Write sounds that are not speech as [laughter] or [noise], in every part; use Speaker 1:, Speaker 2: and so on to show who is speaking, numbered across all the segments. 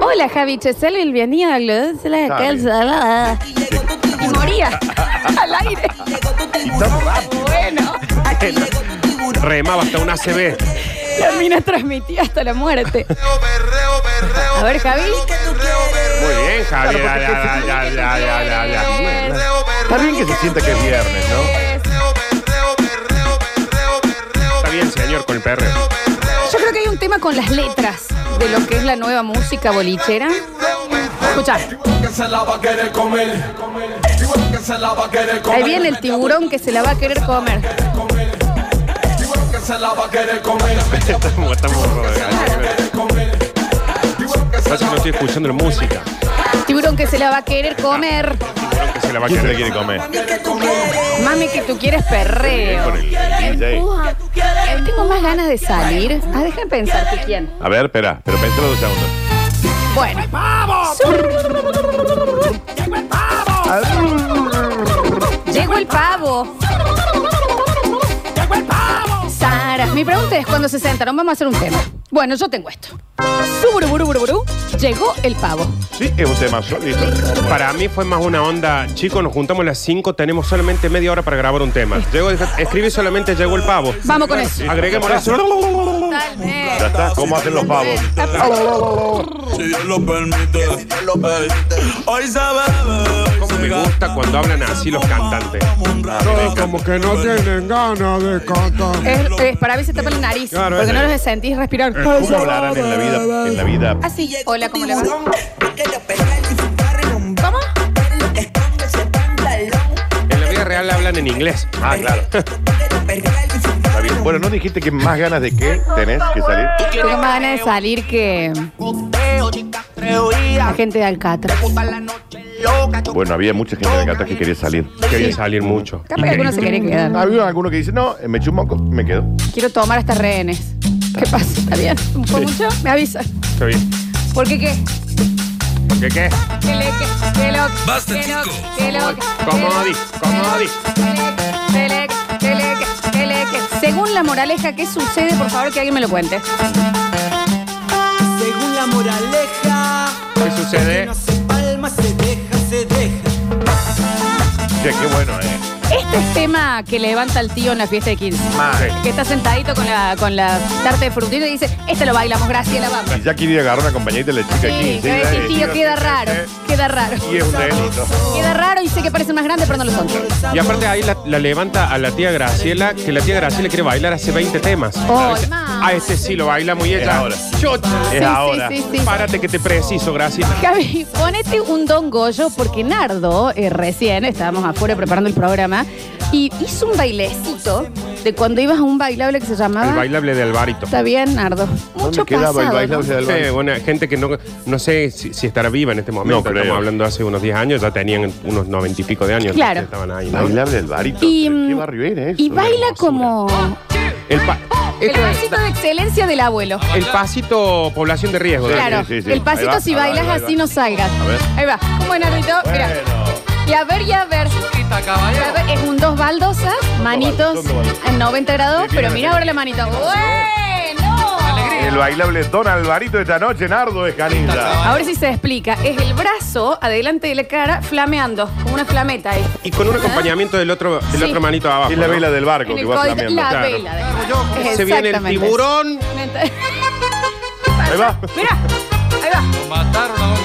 Speaker 1: Hola Javi Chesel, el bienvenido se la
Speaker 2: Javi.
Speaker 1: calza. Y moría [laughs] al aire.
Speaker 2: Y tan rápido.
Speaker 1: Bueno,
Speaker 2: Remaba hasta un ACB.
Speaker 1: la mina transmitía hasta la muerte. A ver, Javi.
Speaker 2: Muy bien, Javier.
Speaker 3: Claro,
Speaker 2: Ya, ya,
Speaker 3: porque
Speaker 2: ya, ya, ya, ya, ya.
Speaker 3: Está bien que se sienta que es viernes, ¿no?
Speaker 2: Está bien, señor, con el perro. [laughs]
Speaker 1: Yo creo que hay un tema con las letras de lo que es la nueva música bolichera. Escucha,
Speaker 4: que se la va a querer comer. que se la va a querer comer.
Speaker 1: ahí viene el tiburón que se la va a querer comer.
Speaker 4: que se la va a querer comer.
Speaker 2: Estamos, estamos rodeados. Pasa que no estoy escuchando la música.
Speaker 1: Tiburón que se la va a querer comer.
Speaker 2: Tiburón que se la va a
Speaker 3: ¿Quién se la
Speaker 2: querer.
Speaker 3: quiere comer?
Speaker 1: Mami, que tú quieres perreo.
Speaker 3: Con el DJ.
Speaker 1: Tengo más ganas de salir. Ah, deja pensar que quién.
Speaker 3: A ver, espera, pero pensalo dos segundos.
Speaker 1: Bueno.
Speaker 2: Ah.
Speaker 1: Llegó el pavo. Sara, mi pregunta es, cuando se sentaron, vamos a hacer un tema. Bueno, yo tengo esto. Suburuburuburú, llegó el pavo.
Speaker 3: Sí, es un tema solito.
Speaker 2: Para mí fue más una onda, chicos, nos juntamos a las 5, tenemos solamente media hora para grabar un tema. Llego, escribí solamente llegó el pavo.
Speaker 1: Vamos con eso.
Speaker 2: Agreguemos eso.
Speaker 3: Ya está, ¿cómo hacen los pavos?
Speaker 5: Si Dios lo permite. Ey, Hoy se bebe. hoy
Speaker 2: Cómo
Speaker 5: se
Speaker 2: me
Speaker 5: gana,
Speaker 2: gusta cuando hablan así los cantantes.
Speaker 5: vamos un rato.
Speaker 6: Como que no tienen ganas de cantar.
Speaker 1: Es, es- para mí se tapa la nariz,
Speaker 2: Claro,
Speaker 1: porque
Speaker 2: es-
Speaker 1: no los sentís respirar.
Speaker 3: ¿Cómo hablarán en la vida? En la vida.
Speaker 1: Así, hola, ¿cómo le va?
Speaker 7: ¿Cómo?
Speaker 2: En la vida real hablan en inglés.
Speaker 3: Ah,
Speaker 2: [laughs]
Speaker 3: claro. Está bien. Bueno, ¿no dijiste que más ganas de qué tenés que salir?
Speaker 1: Tengo más ganas de salir que la gente de Alcatraz.
Speaker 3: Bueno, había mucha gente de acá que quería salir.
Speaker 2: Quería salir mucho.
Speaker 1: Capaz que alguno se quiere quedar.
Speaker 3: Había alguno que dice, no,
Speaker 1: eh,
Speaker 3: me eché un moco, me quedo.
Speaker 1: Quiero tomar hasta rehenes. ¿Qué pasa? ¿Está bien? ¿Fue mucho? Me avisa.
Speaker 2: Está bien.
Speaker 1: ¿Por qué qué?
Speaker 2: ¿Por qué qué?
Speaker 1: ¿Qué le qué? ¿Qué lo qué?
Speaker 5: Basta,
Speaker 1: ¿Qué lo-
Speaker 5: chicos.
Speaker 1: qué lo-
Speaker 2: Comodi, comodi.
Speaker 1: ¿Qué le qué? ¿Qué le qué? ¿Qué le qué? Según la moraleja, ¿qué sucede? Por favor, que alguien me lo cuente.
Speaker 8: Según la moraleja,
Speaker 2: ¿Qué sucede?
Speaker 8: no se palma, se deja, se deja.
Speaker 3: Che, qué bueno, eh.
Speaker 1: Este es tema que levanta el tío en la fiesta de 15.
Speaker 3: Madre.
Speaker 1: Que está sentadito con la, con la tarta de frutilla y dice, este lo bailamos, gracias, la vamos.
Speaker 3: Y ya quería agarrar una compañerita de la chica eh, aquí.
Speaker 1: Sí, que va a decir, tío, queda raro, queda raro.
Speaker 3: Y es un delito.
Speaker 1: Queda raro y sé que parecen más grandes, pero no lo son.
Speaker 2: Y aparte ahí la, la levanta a la tía Graciela, que la tía Graciela quiere bailar hace 20 temas.
Speaker 1: Oh,
Speaker 2: Dice,
Speaker 1: ma.
Speaker 2: ah, este sí lo baila muy ella.
Speaker 3: ahora.
Speaker 2: Chocha.
Speaker 3: Es
Speaker 1: Sí,
Speaker 3: ahora.
Speaker 1: Sí, sí, sí.
Speaker 2: Párate que te preciso, Graciela.
Speaker 1: Gaby, ponete un don Goyo porque Nardo, eh, recién estábamos afuera preparando el programa, y hizo un bailecito de cuando ibas a un bailable que se llamaba.
Speaker 2: El bailable de Alvarito.
Speaker 1: Está bien, Nardo. Mucho
Speaker 3: ¿Dónde quedaba el
Speaker 1: pasado,
Speaker 3: bailable
Speaker 1: ¿no?
Speaker 3: de Alba?
Speaker 2: Sí, bueno, gente que no, no sé si, si estará viva en este momento.
Speaker 3: No creo.
Speaker 2: Estamos hablando hace unos 10 años, ya tenían unos 90 y pico de años.
Speaker 1: Claro.
Speaker 2: entonces Estaban ahí, ¿no?
Speaker 3: Bailable del barito.
Speaker 1: Y,
Speaker 3: Pero ¿Qué
Speaker 1: mm,
Speaker 3: barrio era eso?
Speaker 1: Y
Speaker 3: Una
Speaker 1: baila
Speaker 3: hermosura.
Speaker 1: como
Speaker 2: El, pa-
Speaker 1: Oh, el
Speaker 2: esto es-
Speaker 1: pasito de excelencia del abuelo.
Speaker 2: el pasito población de riesgo.
Speaker 3: Sí,
Speaker 2: ¿verdad?
Speaker 1: Claro,
Speaker 3: sí, sí.
Speaker 1: el pasito
Speaker 3: Ahí va,
Speaker 1: si
Speaker 3: ahí va,
Speaker 1: bailas
Speaker 3: ahí va, ahí
Speaker 1: así
Speaker 3: va.
Speaker 1: no salgas.
Speaker 3: A ver.
Speaker 1: Ahí va. ¿Cómo es, Nardito? Mira.
Speaker 3: Bueno.
Speaker 1: Y a ver, y a ver. Y a ver, Es un dos baldosas, manitos
Speaker 3: baldosas, dos baldosas.
Speaker 1: a 90 grados,
Speaker 3: Sí,
Speaker 1: pero
Speaker 3: bien,
Speaker 1: mira
Speaker 3: bien.
Speaker 1: ahora la manito. ¡Bueno!
Speaker 3: El bailable Don Alvarito de esta noche, Nardo de Canilla.
Speaker 1: Ahora sí se explica. Es el brazo adelante de la cara flameando, como una flameta ahí.
Speaker 2: Y con un acompañamiento del otro, del
Speaker 1: Sí.
Speaker 2: otro manito abajo.
Speaker 3: Es la
Speaker 2: ¿no?
Speaker 3: vela del barco
Speaker 1: En
Speaker 3: que
Speaker 1: el
Speaker 3: va
Speaker 1: codito,
Speaker 3: flameando.
Speaker 1: la
Speaker 2: claro.
Speaker 1: vela. de-
Speaker 2: Se viene el
Speaker 1: Exactamente.
Speaker 2: tiburón.
Speaker 3: Ahí va.
Speaker 1: Mira, ahí va.
Speaker 3: Hola,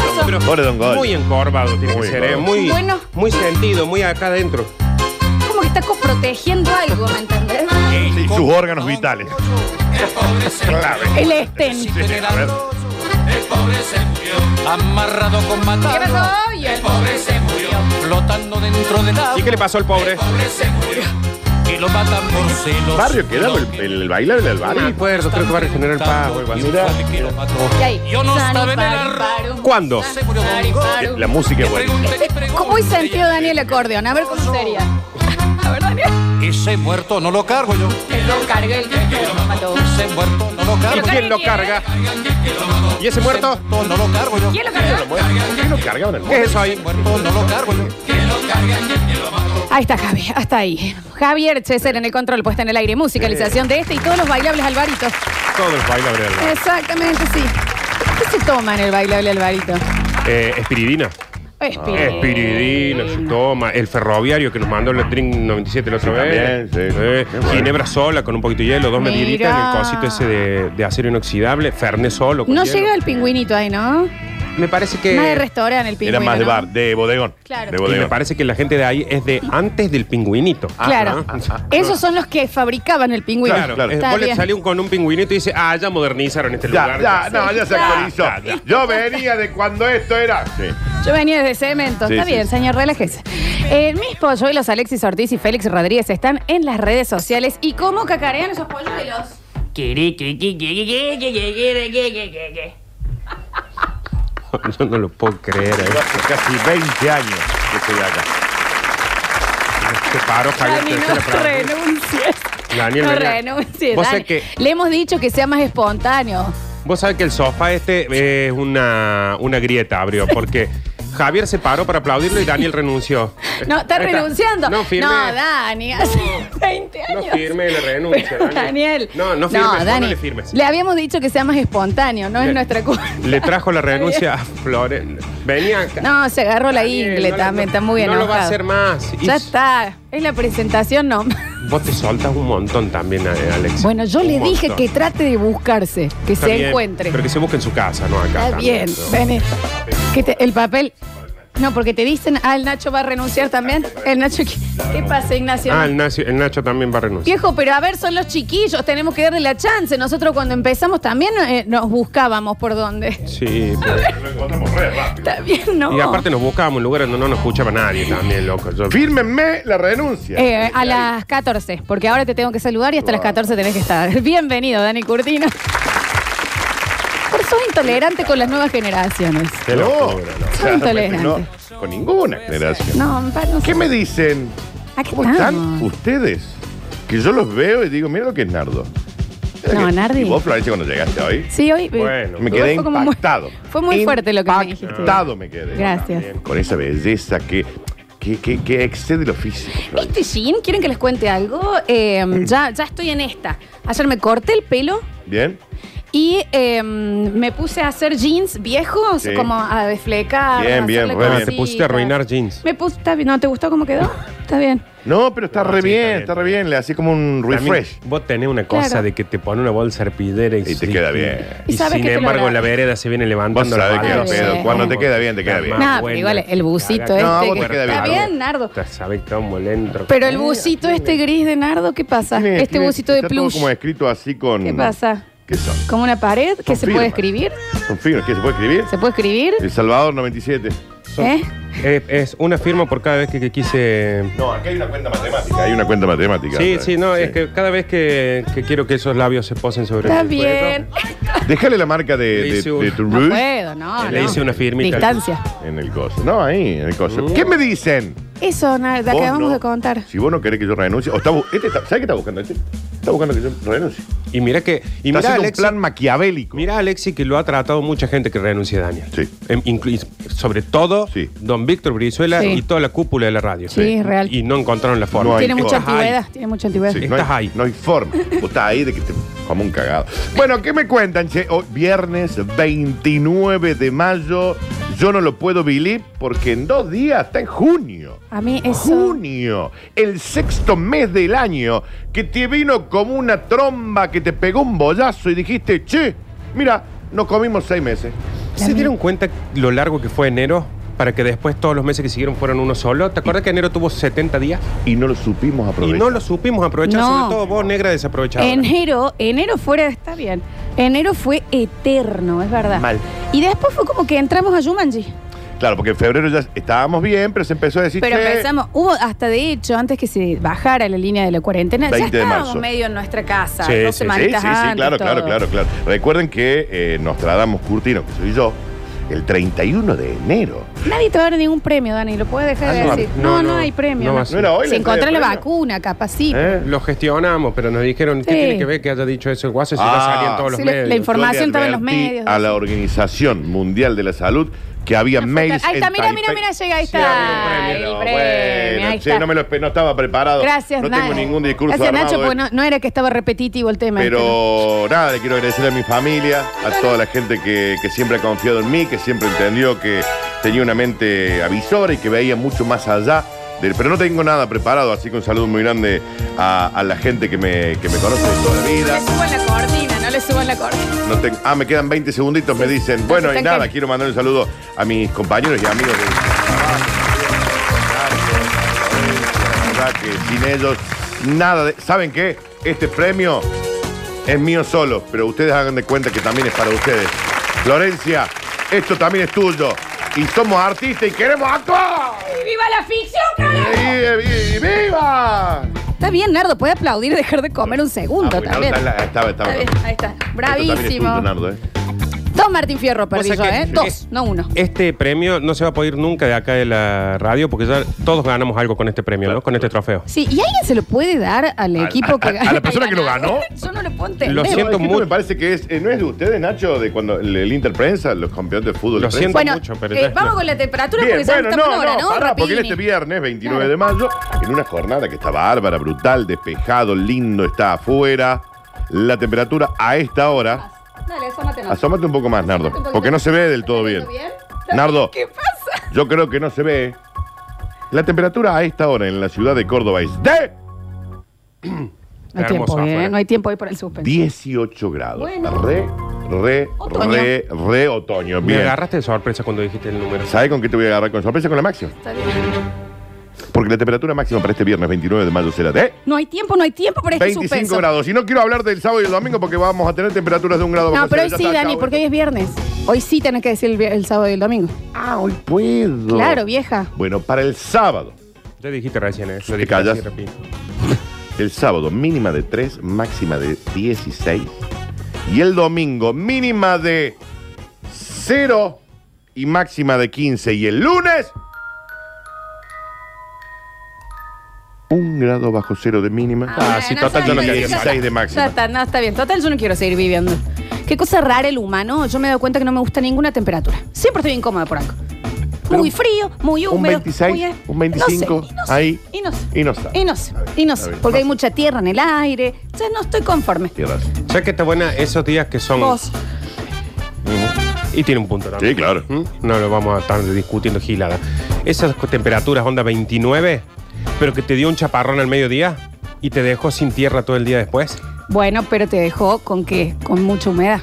Speaker 1: pasó?
Speaker 3: don,
Speaker 2: Pero
Speaker 3: hola, don Gol.
Speaker 2: Muy encorvado tiene
Speaker 3: Muy
Speaker 2: que ser, ¿eh?
Speaker 3: encorvado.
Speaker 2: muy,
Speaker 1: Bueno.
Speaker 2: muy sentido, muy acá adentro.
Speaker 1: Como que está protegiendo algo, ¿me
Speaker 3: [laughs]
Speaker 1: entendés?
Speaker 3: Sí, sus órganos vitales. Clave.
Speaker 1: El estén.
Speaker 3: Sí, a ver.
Speaker 4: El pobre se murió, amarrado con
Speaker 1: ¿Qué
Speaker 4: matar.
Speaker 1: pasó? Y el
Speaker 4: pobre se murió, flotando dentro del agua.
Speaker 2: ¿Y qué le pasó al pobre?
Speaker 4: pobre se murió, y lo matan por celos.
Speaker 3: Barrio quedaba el, el, el bailable del
Speaker 2: No me
Speaker 3: barrio.
Speaker 2: acuerdo, creo que va a regenerar el pago. algo así.
Speaker 3: Mira,
Speaker 4: Que lo mató.
Speaker 1: Y ahí.
Speaker 4: Yo no
Speaker 1: Sani,
Speaker 4: saben
Speaker 1: paru,
Speaker 4: el
Speaker 1: paru.
Speaker 2: ¿Cuándo?
Speaker 1: Sani, paru, paru.
Speaker 3: la música es buena.
Speaker 4: Pregunte, pregunte.
Speaker 1: Eh, ¿Cómo hoy sentido Daniel acordeón? A ver cómo sería. [laughs] A ver, Daniel.
Speaker 4: Ese muerto no lo cargo yo.
Speaker 1: Lo cargué el que lo mató.
Speaker 4: Ese muerto no lo
Speaker 2: ¿Y
Speaker 4: cargo yo.
Speaker 2: quién lo carga? ¿Y ese muerto?
Speaker 4: No lo cargo yo.
Speaker 1: ¿Quién lo cargó?
Speaker 3: ¿Por qué lo cargaban al
Speaker 2: ¿Qué es
Speaker 3: mundo?
Speaker 2: eso ahí?
Speaker 4: Muerto no lo cargo yo.
Speaker 1: Ahí está Javi, hasta ahí. Javier Cheser en el control, puesta en el aire, musicalización de este y todos los bailables Alvarito.
Speaker 2: Todos los bailables del barrio.
Speaker 1: Exactamente, sí. ¿Qué se toman el bailable Alvarito?
Speaker 2: Eh, espiridina.
Speaker 1: Espiridina.
Speaker 2: Ah, Espiridina, se toma. El ferroviario que nos mandó el Drink 97 la otra vez.
Speaker 3: También, sí.
Speaker 2: Eh,
Speaker 3: Qué bueno.
Speaker 2: Ginebra sola con un poquito de hielo, dos
Speaker 1: Mira.
Speaker 2: mediditas en el cosito ese de, de acero inoxidable. Fernet solo. con
Speaker 1: No
Speaker 2: hielo.
Speaker 1: llega el pingüinito ahí, ¿no?
Speaker 2: Me parece que.
Speaker 1: Más de restaurante el pingüino.
Speaker 3: Era más de
Speaker 1: ¿no?
Speaker 3: bar, de bodegón.
Speaker 1: Claro.
Speaker 3: De
Speaker 1: Y
Speaker 2: Y me
Speaker 3: bodegón.
Speaker 2: parece que la gente de ahí es de antes del pingüinito.
Speaker 1: Claro. Ah, Esos son los que fabricaban el pingüino.
Speaker 2: Ah, Claro,
Speaker 3: claro.
Speaker 2: eh,
Speaker 1: Está
Speaker 2: vos le
Speaker 1: bien.
Speaker 2: salí un- con un pingüinito y dice, ah, ya modernizaron este
Speaker 3: Ya,
Speaker 2: lugar.
Speaker 3: ya, no, ya se
Speaker 1: Ya,
Speaker 3: actualizó. Yo venía de cuando esto era. Sí.
Speaker 1: Yo venía desde cemento.
Speaker 3: Sí,
Speaker 1: Está
Speaker 3: sí,
Speaker 1: bien,
Speaker 3: sí.
Speaker 1: señor, relájese. Eh, mis polluelos Alexis Ortiz y Félix Rodríguez están en las redes sociales. ¿Y cómo cacarean esos polluelos?
Speaker 2: [laughs] Yo no lo puedo creer.
Speaker 3: Pero
Speaker 2: eh.
Speaker 3: hace casi 20 años que estoy acá.
Speaker 2: Se paró Javier
Speaker 1: Dani,
Speaker 2: Tercera
Speaker 1: no
Speaker 2: para-
Speaker 1: renuncies.
Speaker 2: Daniel,
Speaker 1: no
Speaker 2: venía.
Speaker 1: renuncies.
Speaker 2: Vos
Speaker 1: Dani.
Speaker 2: sabés que-
Speaker 1: Le hemos dicho que sea más espontáneo.
Speaker 2: Vos sabés que el sofá este es una, una grieta,
Speaker 1: [laughs]
Speaker 2: abrió, porque Javier se paró para aplaudirlo y Daniel renunció.
Speaker 1: No, está
Speaker 2: Eh, Ahí
Speaker 1: renunciando.
Speaker 2: No firme.
Speaker 1: No, Dani, hace [laughs] 20
Speaker 2: No
Speaker 1: años.
Speaker 2: firme la renuncia,
Speaker 1: Pero,
Speaker 2: Dani.
Speaker 1: Daniel.
Speaker 2: No, no firmes, vos no le firmes.
Speaker 1: Le habíamos dicho que sea más espontáneo, no es
Speaker 2: Le-
Speaker 1: nuestra culpa.
Speaker 2: Le trajo la renuncia a Flores. Venía acá.
Speaker 1: [laughs] No, se agarró la
Speaker 2: Daniel,
Speaker 1: ingle
Speaker 2: no la-
Speaker 1: también, está muy
Speaker 2: No
Speaker 1: enojado.
Speaker 2: lo va a hacer más. Y
Speaker 1: Ya está, es la presentación, no.
Speaker 2: Vos te soltas un montón también, eh,
Speaker 1: [laughs]
Speaker 2: Alex.
Speaker 1: Bueno, yo
Speaker 2: Un
Speaker 1: le dije
Speaker 2: montón.
Speaker 1: que trate de buscarse, que
Speaker 2: Está
Speaker 1: se
Speaker 2: bien,
Speaker 1: encuentre.
Speaker 2: Pero que se busque en su casa, no acá.
Speaker 1: Está
Speaker 2: también,
Speaker 1: bien, [laughs]
Speaker 2: ¿no?
Speaker 1: ven esto. Que te- el papel. No, porque te dicen, ah, el Nacho va a renunciar también. El Nacho, ¿qué, qué pasa, Ignacio?
Speaker 2: Ah, el Nacho, el Nacho también va a renunciar.
Speaker 1: Viejo, pero a ver, son los chiquillos, tenemos que darle la chance. Nosotros cuando empezamos también eh, nos buscábamos por dónde. [laughs]
Speaker 2: Sí, pero-
Speaker 3: Lo encontramos re rápido.
Speaker 1: Está bien, ¿no?
Speaker 2: Y aparte nos buscábamos un lugar donde no nos escuchaba nadie también, loco. Yo-
Speaker 3: Fírmenme la renuncia.
Speaker 1: Eh, a las 14, porque ahora te tengo que saludar y hasta las 14 tenés que estar. [laughs] Bienvenido, Dani Curtino. Por sos intolerante con las nuevas generaciones.
Speaker 2: Qué
Speaker 3: No,
Speaker 2: locura, loco.
Speaker 1: Son intolerantes.
Speaker 3: no, con ninguna generación.
Speaker 1: No, pa, no sé.
Speaker 3: ¿Qué me dicen?
Speaker 1: Aquí
Speaker 3: ¿Cómo están
Speaker 1: estamos.
Speaker 3: ustedes? Que yo los veo y digo, mira lo que es Nardo. Mira
Speaker 1: No,
Speaker 3: que-
Speaker 1: Nardi.
Speaker 3: ¿Y vos, Florencia, cuando llegaste hoy?
Speaker 1: Sí, hoy. eh,
Speaker 2: Bueno,
Speaker 3: Me quedé
Speaker 1: Fue como muy-
Speaker 3: impactado.
Speaker 1: fue muy fuerte lo que me dijiste.
Speaker 3: Impactado me quedé.
Speaker 1: Este, Gracias.
Speaker 3: Con esa belleza que, que, que, que excede lo físico. Florencia.
Speaker 1: ¿Viste, Jim? ¿Quieren que les cuente algo? Eh, ya, ya estoy en esta. Ayer me corté el pelo
Speaker 3: ¿Bien?
Speaker 1: y eh, me puse a hacer jeans viejos,
Speaker 3: Sí.
Speaker 1: como a desflecar.
Speaker 3: Bien,
Speaker 1: a
Speaker 3: bien,
Speaker 1: hacerle
Speaker 3: re bien.
Speaker 2: Ah, te pusiste a arruinar jeans.
Speaker 1: Me puse, está bien, ¿no te gustó cómo
Speaker 3: [laughs]
Speaker 1: quedó? Está bien.
Speaker 3: No, pero está
Speaker 2: No,
Speaker 3: re
Speaker 2: sí, está
Speaker 3: bien,
Speaker 2: bien.
Speaker 3: está re bien. Le hacía como un
Speaker 2: También,
Speaker 3: refresh.
Speaker 2: Vos tenés una cosa
Speaker 1: Claro.
Speaker 2: de que te pone una bolsa herpidera y,
Speaker 3: Y te queda bien.
Speaker 2: Y,
Speaker 1: Y sabes
Speaker 2: sin
Speaker 1: que te lo
Speaker 2: embargo, en la
Speaker 1: agradezco.
Speaker 2: vereda se viene
Speaker 3: Vos
Speaker 2: levantando
Speaker 3: sabés
Speaker 2: la
Speaker 3: que
Speaker 1: qué
Speaker 3: no,
Speaker 2: barba.
Speaker 1: Sí.
Speaker 3: Pedro. Cuando te queda bien, te queda bien.
Speaker 2: Más
Speaker 1: Nah, pero
Speaker 2: buena.
Speaker 1: igual el busito
Speaker 2: Cagá-
Speaker 1: este
Speaker 3: No, vos
Speaker 1: que-
Speaker 3: te queda
Speaker 1: está
Speaker 3: bien.
Speaker 1: bien, Nardo.
Speaker 2: Ya sabés cómo le entro.
Speaker 1: Pero el busito este gris de Nardo, ¿qué pasa?
Speaker 3: Tiene-
Speaker 1: este
Speaker 3: tiene-
Speaker 1: busito de
Speaker 3: está todo
Speaker 1: plush.
Speaker 3: como escrito así con...
Speaker 1: ¿Qué pasa?
Speaker 3: ¿Qué son?
Speaker 1: ¿Como una pared? ¿Qué
Speaker 3: Son
Speaker 1: se puede
Speaker 3: firmas.
Speaker 1: escribir?
Speaker 3: Son finos. ¿Qué se puede escribir?
Speaker 1: ¿Se puede escribir?
Speaker 3: El Salvador 97.
Speaker 1: ¿Eh?
Speaker 2: Eh, es una firma por cada vez que, que quise.
Speaker 3: No, acá hay una cuenta matemática. Hay una cuenta matemática.
Speaker 2: Sí, sí, no, es que cada vez que, que quiero que esos labios se posen sobre
Speaker 1: Está
Speaker 2: el cuello,
Speaker 1: bien.
Speaker 3: Déjale la marca de,
Speaker 2: Le
Speaker 3: de,
Speaker 2: hice un-
Speaker 3: de tu
Speaker 1: No
Speaker 3: rouge
Speaker 1: puedo, no.
Speaker 2: Le
Speaker 1: no.
Speaker 2: hice una firmita.
Speaker 1: Distancia.
Speaker 3: en el coso. No, ahí, en el coso. ¿Qué me dicen?
Speaker 1: Eso, Nardo,
Speaker 3: Vos
Speaker 1: acabamos
Speaker 3: no.
Speaker 1: de contar.
Speaker 3: Si vos no querés que yo renuncie. O está, bu- este está- ¿Sabes qué está buscando este? Está buscando que yo renuncie.
Speaker 2: Y mira que. Y
Speaker 3: está
Speaker 2: mira,
Speaker 3: haciendo
Speaker 2: Alexi,
Speaker 3: un plan maquiavélico.
Speaker 2: mira, Alexi, que lo ha tratado mucha gente que renuncie a Daniel.
Speaker 3: Sí.
Speaker 2: Em, inclu- sobre todo,
Speaker 3: Sí.
Speaker 2: don Víctor Brizuela
Speaker 1: Sí.
Speaker 2: y toda la cúpula de la radio.
Speaker 1: Sí, es real.
Speaker 2: Y no encontraron la forma.
Speaker 3: No hay
Speaker 1: Tiene
Speaker 3: Ay,
Speaker 1: mucha
Speaker 2: Estás ahí.
Speaker 1: antigüedad, tiene mucha antigüedad.
Speaker 3: Sí, no
Speaker 2: Estás
Speaker 3: hay-
Speaker 2: ahí.
Speaker 3: No hay forma. Vos estás ahí de que te. Como un cagado. Bueno, ¿qué me cuentan, che? Hoy, viernes 29 de mayo. Yo no lo puedo vivir porque en dos días está en junio.
Speaker 1: A mí eso...
Speaker 3: Junio, el sexto mes del año, que te vino como una tromba que te pegó un bollazo y dijiste, che, mira, nos comimos seis meses.
Speaker 2: ¿Se dieron cuenta lo largo que fue enero? Para que después todos los meses que siguieron fueran uno solo. ¿Te acuerdas que enero tuvo 70 días?
Speaker 3: Y no lo supimos
Speaker 2: Y
Speaker 3: aprovechar.
Speaker 2: no lo supimos aprovechar,
Speaker 1: No.
Speaker 2: sobre todo vos, negra desaprovechada.
Speaker 1: Enero, enero fuera, está bien. Enero fue eterno, es verdad.
Speaker 3: Mal.
Speaker 1: Y después fue como que entramos a Jumanji.
Speaker 3: Claro, porque en febrero ya estábamos bien, pero se empezó a decir,
Speaker 1: Pero
Speaker 3: che,
Speaker 1: pensamos, hubo hasta de hecho, antes que se bajara la línea de la cuarentena, ya
Speaker 3: 20 de
Speaker 1: estábamos
Speaker 3: marzo.
Speaker 1: medio en nuestra casa,
Speaker 2: Sí,
Speaker 1: dos
Speaker 2: sí,
Speaker 3: Sí, sí,
Speaker 1: semanitas
Speaker 3: sí,
Speaker 1: antes,
Speaker 3: claro, claro,
Speaker 1: todo.
Speaker 3: claro, claro. Recuerden que eh, Nostradamus Curtino, que soy yo, el 31 de enero.
Speaker 1: Nadie te va a dar ningún premio, Dani, lo puedes dejar
Speaker 3: Ah,
Speaker 1: de
Speaker 3: no,
Speaker 1: decir. No, no, hay premio.
Speaker 2: no
Speaker 1: no.
Speaker 2: va a
Speaker 1: Si
Speaker 2: ser.
Speaker 3: era hoy la entrega
Speaker 1: encontrás
Speaker 3: de
Speaker 1: la
Speaker 3: premio?
Speaker 1: vacuna, capaz sí.
Speaker 3: ¿Eh?
Speaker 2: Lo gestionamos, pero nos dijeron, ¿qué
Speaker 1: Sí.
Speaker 2: tiene que ver que haya dicho eso el guaso si ya
Speaker 3: Ah.
Speaker 2: salían todos los
Speaker 1: Sí, la- la
Speaker 2: medios?
Speaker 1: información
Speaker 3: Yo le
Speaker 1: estaba en los
Speaker 3: advertí
Speaker 1: medios,
Speaker 3: A
Speaker 1: dice.
Speaker 3: la Organización Mundial de la Salud que había
Speaker 1: Una
Speaker 3: mails.
Speaker 1: foto- Ahí está,
Speaker 3: en
Speaker 1: mira, mira,
Speaker 3: Taipei.
Speaker 1: mira, llega, ahí
Speaker 3: Sí,
Speaker 1: está,
Speaker 3: había un
Speaker 1: el
Speaker 3: premio.
Speaker 1: premio,
Speaker 3: Bueno,
Speaker 1: ahí
Speaker 3: che,
Speaker 1: está.
Speaker 3: no, me lo, espe- no estaba preparado.
Speaker 1: Gracias,
Speaker 3: No tengo
Speaker 1: Nacho.
Speaker 3: ningún discurso
Speaker 1: Gracias,
Speaker 3: armado,
Speaker 1: Nacho,
Speaker 3: ¿eh?
Speaker 1: porque no, no era que estaba repetitivo el tema. este,
Speaker 3: Pero nada, le quiero agradecer a mi familia, a toda la gente que, que siempre ha confiado en mí, que siempre entendió que tenía una mente avisora y que veía mucho más allá. del- pero no tengo nada preparado, así que un saludo muy grande a, a la gente que me, que me conoce de toda la
Speaker 1: ¿no?
Speaker 3: vida.
Speaker 1: No le suban la cortina, no le suban la cortina.
Speaker 3: No tengo- ah, me quedan 20 segunditos, me dicen. Bueno, y
Speaker 1: están
Speaker 3: nada,
Speaker 1: cayendo.
Speaker 3: quiero mandar un saludo a mis compañeros y amigos de La verdad que sin ellos, nada de- ¿Saben qué? Este premio es mío solo, pero ustedes hagan de cuenta que también es para ustedes. Florencia, esto también es tuyo. Y somos artistas y queremos actuar.
Speaker 1: ¡Viva la ficción,
Speaker 3: ¡Y,
Speaker 1: carajo!
Speaker 3: y- y viva!
Speaker 1: Está bien, Nardo, puede aplaudir y dejar de comer un segundo
Speaker 3: Ah, bueno,
Speaker 1: también.
Speaker 3: está la- estaba- estaba-
Speaker 1: Está bien, ahí está.
Speaker 3: Esto también es tuyo,
Speaker 1: Bravísimo.
Speaker 3: Nardo, ¿eh?
Speaker 1: Dos Martín Fierro perdí
Speaker 2: O sea
Speaker 1: yo,
Speaker 2: que-
Speaker 1: ¿eh?
Speaker 2: sí.
Speaker 1: Dos, no uno.
Speaker 2: Este premio no se va a poder ir nunca de acá de la radio porque ya todos ganamos algo con este premio, ¿no? Con este trofeo.
Speaker 1: Sí, ¿y alguien se lo puede dar al equipo que
Speaker 3: a- a la persona que lo ganó?
Speaker 1: [laughs] Yo no lo puedo entender.
Speaker 2: Lo siento.
Speaker 3: Esto
Speaker 2: mucho.
Speaker 3: me parece que es, eh, ¿no es de ustedes, Nacho, de cuando el, el Interprensa, los campeonatos de fútbol? de
Speaker 2: Lo
Speaker 3: prensa?
Speaker 2: siento
Speaker 1: Bueno,
Speaker 2: mucho, pero
Speaker 1: eh,
Speaker 2: ya está.
Speaker 1: vamos con la temperatura
Speaker 3: Bien,
Speaker 1: porque ya
Speaker 3: bueno,
Speaker 1: estamos
Speaker 3: no,
Speaker 1: ahora, ¿no?
Speaker 3: no, pará, porque él
Speaker 1: Rapini.
Speaker 3: este viernes, 29
Speaker 1: Claro.
Speaker 3: de mayo, en una jornada que está bárbara, brutal, despejado, lindo, está afuera. La temperatura a esta hora.
Speaker 1: Dale, asómate, Nardo.
Speaker 3: este Asómate un poco más, Nardo, porque no se ve del todo bien. Nardo,
Speaker 1: ¿Qué pasa?
Speaker 3: yo creo que no se ve. La temperatura a esta hora en la ciudad de Córdoba es de
Speaker 1: No hay
Speaker 2: Está
Speaker 1: tiempo,
Speaker 2: hermoso
Speaker 1: ¿eh?
Speaker 2: afuera.
Speaker 1: No hay tiempo hoy para el suspenso.
Speaker 3: 18 grados.
Speaker 1: Bueno.
Speaker 3: Re, re,
Speaker 1: Otoño.
Speaker 3: re, re otoño.
Speaker 2: Me
Speaker 3: Bien.
Speaker 2: agarraste de sorpresa cuando dijiste el número.
Speaker 3: ¿Sabes con qué te voy a agarrar? Con sorpresa con la máxima.
Speaker 1: Está bien.
Speaker 3: Porque la temperatura máxima para este viernes 29 de mayo será de
Speaker 1: No hay tiempo, no hay tiempo para este
Speaker 3: 25
Speaker 1: suspenso.
Speaker 3: grados. Y no quiero hablar del sábado y el domingo porque vamos a tener temperaturas de un grado
Speaker 1: No,
Speaker 3: bajo
Speaker 1: pero hoy
Speaker 3: cero. Ya
Speaker 1: sí,
Speaker 3: está,
Speaker 1: Dani,
Speaker 3: chao.
Speaker 1: porque hoy es viernes. Hoy sí tenés que decir el, vi- el sábado y el domingo.
Speaker 3: Ah, hoy puedo.
Speaker 1: Claro, vieja.
Speaker 3: Bueno, para el sábado.
Speaker 2: Ya dijiste recién, ¿eh? Lo
Speaker 3: Te
Speaker 2: dijiste
Speaker 3: callas.
Speaker 2: así, repito.
Speaker 3: El sábado mínima de 3, máxima de 16. Y el domingo mínima de 0 y máxima de 15. Y el lunes... Un grado bajo cero de mínima.
Speaker 2: Ah, sí,
Speaker 1: bueno,
Speaker 2: total, yo no
Speaker 1: está bien,
Speaker 2: quería
Speaker 1: ya está.
Speaker 3: 16 de máxima.
Speaker 1: Ya está, no, está bien. Total, yo no quiero seguir viviendo. Qué cosa rara el humano. Yo me he dado cuenta que no me gusta ninguna temperatura. Siempre estoy incómoda por algo. Muy frío, muy
Speaker 3: un
Speaker 1: húmedo.
Speaker 3: 26,
Speaker 1: muy-
Speaker 3: un
Speaker 1: no
Speaker 3: 25,
Speaker 1: sé, y no sé,
Speaker 3: ahí,
Speaker 1: Y no sé.
Speaker 3: y no está.
Speaker 1: Y no sé. Y no
Speaker 3: está
Speaker 1: sé.
Speaker 3: bien,
Speaker 1: Porque hay
Speaker 3: pasa.
Speaker 1: mucha tierra en el aire. Ya no estoy conforme.
Speaker 3: Tienes razón.
Speaker 2: ¿Sabes que está buena esos días que son.
Speaker 1: Vos.
Speaker 2: Y tiene un punto también.
Speaker 3: Sí, claro.
Speaker 2: ¿Mm? No lo vamos a estar discutiendo gilada. Esas co- temperaturas onda 29, pero que te dio un chaparrón al mediodía y te dejó sin tierra todo el día después.
Speaker 1: Bueno, pero te dejó con qué? Con mucha humedad.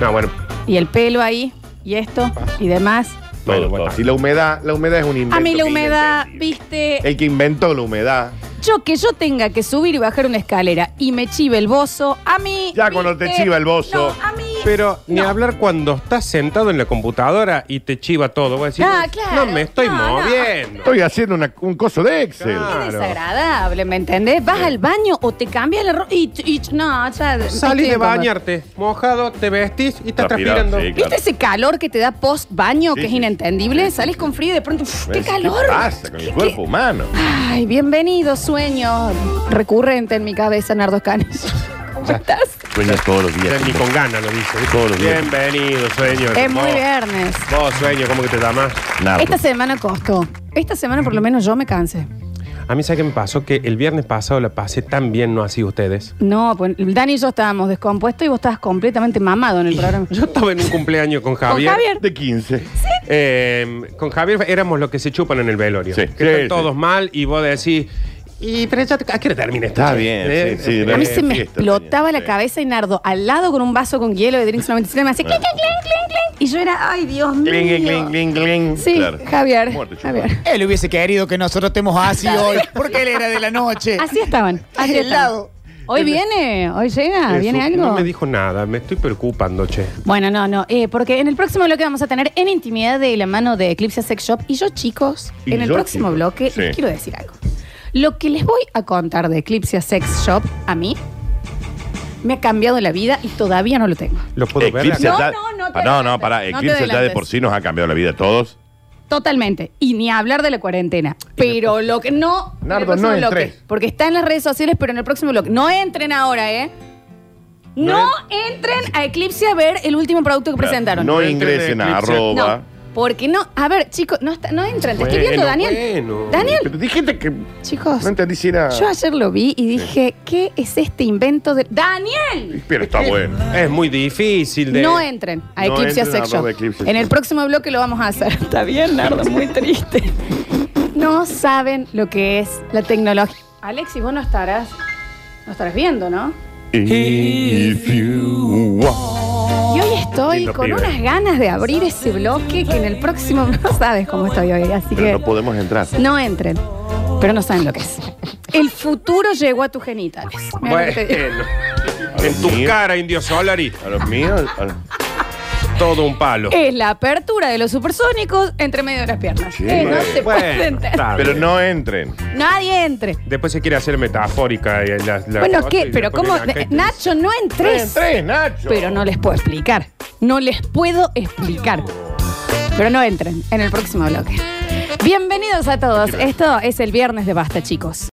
Speaker 2: No, bueno.
Speaker 1: Y el pelo ahí, y esto, y demás.
Speaker 2: Bueno,
Speaker 3: Todo,
Speaker 2: bueno.
Speaker 3: todo. Y la humedad, la humedad es un invento.
Speaker 1: A mí la
Speaker 3: que
Speaker 1: humedad,
Speaker 3: inventó.
Speaker 1: viste,
Speaker 3: El que inventó la humedad.
Speaker 1: yo que yo tenga que subir y bajar una escalera y me chive el bozo, a mí.
Speaker 3: Ya cuando te
Speaker 1: ¿viste?
Speaker 3: chiva el bozo.
Speaker 1: No, a mí.
Speaker 2: Pero ni
Speaker 1: No.
Speaker 2: hablar cuando estás sentado en la computadora y te chiva todo. Voy a decir,
Speaker 1: Ah, claro.
Speaker 2: no me estoy
Speaker 1: No, no.
Speaker 2: moviendo.
Speaker 3: Estoy haciendo una- un coso de Excel.
Speaker 2: Claro.
Speaker 1: Es desagradable, ¿me entendés? Vas al baño o te cambias el ropa y, y- no, o sea,
Speaker 2: Salís
Speaker 1: estoy
Speaker 2: de
Speaker 1: incómoda.
Speaker 2: bañarte, mojado, te vestís y estás
Speaker 3: Transpirás,
Speaker 2: transpirando.
Speaker 3: sí,
Speaker 1: ¿Viste ese calor que te da post baño
Speaker 3: Sí,
Speaker 1: que es
Speaker 3: sí.
Speaker 1: inentendible? Sales con frío y de pronto, ¡pff, ¡qué
Speaker 3: ¿Ves?
Speaker 1: calor!
Speaker 3: pasa con el cuerpo humano?
Speaker 1: Ay, bienvenido, sueño recurrente en mi cabeza, Nardo Canes. ¿Cómo estás?
Speaker 3: Sueñas todos los
Speaker 2: Ya
Speaker 3: días.
Speaker 2: Ni con ganas lo dice. ¿viste?
Speaker 3: Todos los días.
Speaker 2: Bienvenido, sueño.
Speaker 1: Es
Speaker 3: Oh.
Speaker 1: muy
Speaker 2: Vos-
Speaker 1: viernes.
Speaker 2: Vos, sueño, ¿cómo que te llamas?
Speaker 3: Nardo.
Speaker 1: Esta semana costó. Esta semana por lo menos yo me cansé.
Speaker 2: A mí, ¿sabes qué me pasó? Que el viernes pasado la pasé tan bien, no así ustedes.
Speaker 1: No, pues Dani y yo estábamos descompuestos y vos estabas completamente mamado en el
Speaker 3: [laughs]
Speaker 1: programa.
Speaker 2: Yo estaba en un cumpleaños con
Speaker 1: Con
Speaker 2: Javier.
Speaker 1: Javier.
Speaker 3: De 15.
Speaker 2: Eh, con Javier éramos los que se chupan en el velorio.
Speaker 3: Sí.
Speaker 2: Que están
Speaker 3: Sí,
Speaker 2: todos mal y vos decís. Y pero ya, ¿a qué hora termina esto?
Speaker 3: Está
Speaker 2: che?
Speaker 3: bien,
Speaker 2: Eh,
Speaker 3: sí, sí,
Speaker 2: eh,
Speaker 1: A mí
Speaker 3: Eh,
Speaker 1: se me
Speaker 3: fiesta
Speaker 1: explotaba
Speaker 3: tenía,
Speaker 1: la
Speaker 3: sí.
Speaker 1: cabeza y Nardo al lado con un vaso con hielo de drink solamente me hacía clink, clink, clink, clink, clink. Y yo era, ay, Dios mío.
Speaker 3: Cling, cling, cling, cling.
Speaker 1: Sí,
Speaker 3: Claro.
Speaker 1: Javier.
Speaker 3: Muerto, chupa.
Speaker 1: Javier.
Speaker 7: Él hubiese querido que nosotros estemos así hoy, porque él era de la noche.
Speaker 1: Así estaban. Así
Speaker 7: Al
Speaker 1: estaban.
Speaker 7: lado.
Speaker 1: Hoy viene, hoy llega,
Speaker 2: Jesús,
Speaker 1: viene algo.
Speaker 2: No me dijo nada, me estoy preocupando, che.
Speaker 1: Bueno, no, no, eh, porque en el próximo bloque vamos a tener en intimidad de la mano de Eclipse Sex Shop y yo, chicos,
Speaker 3: Y
Speaker 1: en el
Speaker 3: yo,
Speaker 1: próximo
Speaker 3: chicos,
Speaker 1: bloque
Speaker 3: sí.
Speaker 1: les quiero decir algo. Lo que les voy a contar de Eclipse Sex Shop a mí me ha cambiado la vida y todavía no lo tengo.
Speaker 2: Lo puedo
Speaker 3: Eclipse
Speaker 2: ver.
Speaker 1: No,
Speaker 3: ya-
Speaker 1: no, no te
Speaker 3: Ah, no, no,
Speaker 1: adelantes. No
Speaker 3: pará.
Speaker 1: te
Speaker 3: Eclipse ya de
Speaker 1: adelantes.
Speaker 3: por sí nos ha cambiado la vida a todos.
Speaker 1: Totalmente. Y ni hablar de la cuarentena. Pero lo que no. en el
Speaker 3: Nardo,
Speaker 1: próximo
Speaker 3: no
Speaker 1: bloque,
Speaker 3: entres.
Speaker 1: Porque está en las redes sociales, pero en el próximo bloque. No entren ahora, ¿eh? No entren a Eclipse a ver el último producto que presentaron.
Speaker 3: No
Speaker 2: entren
Speaker 3: ingresen
Speaker 2: en
Speaker 3: a
Speaker 2: Eclipse.
Speaker 3: arroba.
Speaker 1: No, porque no. A ver, chicos, no, está- no entran. Te estoy
Speaker 2: Bueno,
Speaker 1: viendo, Daniel.
Speaker 2: bueno.
Speaker 1: Daniel,
Speaker 3: Pero dijiste que
Speaker 1: chicos.
Speaker 3: no entendí si era.
Speaker 1: Yo ayer lo vi y dije, ¿qué es este invento de. ¡Daniel!
Speaker 3: Pero está bueno.
Speaker 2: Es muy difícil de.
Speaker 1: No entren a
Speaker 3: No
Speaker 1: Eclipse
Speaker 3: entren a
Speaker 1: Sex Shop.
Speaker 3: arroba Eclipse
Speaker 1: En el
Speaker 3: Shop.
Speaker 1: próximo bloque lo vamos a hacer. [laughs] Está bien, Nardo, muy triste. No saben lo que es la tecnología. Alexis, vos no estarás. No estarás viendo, ¿no?
Speaker 3: If you want.
Speaker 1: Y hoy estoy
Speaker 2: Lindo
Speaker 1: con
Speaker 2: pibe.
Speaker 1: unas ganas de abrir ese bloque que en el próximo [laughs] no sabes cómo estoy hoy, así
Speaker 3: Pero
Speaker 1: que
Speaker 3: no podemos entrar.
Speaker 1: no entren. Pero no saben lo que es. El futuro llegó a tus genitales. Mirá lo que te digo.
Speaker 2: Bueno. [laughs] En tu cara, Indio Solari.
Speaker 3: A los míos. a los-
Speaker 2: Todo un palo.
Speaker 1: Es la apertura de los supersónicos entre medio de las piernas.
Speaker 3: Sí.
Speaker 1: Eh, no se
Speaker 2: Bueno,
Speaker 1: puede entender.
Speaker 2: está
Speaker 3: Pero
Speaker 2: bien.
Speaker 3: no entren.
Speaker 1: Nadie entre.
Speaker 2: Después se quiere hacer metafórica. eh, la- la
Speaker 1: bueno,
Speaker 2: cosa y
Speaker 1: ¿qué? Pero
Speaker 2: después
Speaker 1: ¿cómo?
Speaker 2: viene acá y te-
Speaker 1: Nacho, no entres.
Speaker 3: Entren, Nacho.
Speaker 1: Pero no les puedo explicar. No les puedo explicar. Pero no entren en el próximo bloque. Bienvenidos a todos. Esto es el viernes de Basta, chicos.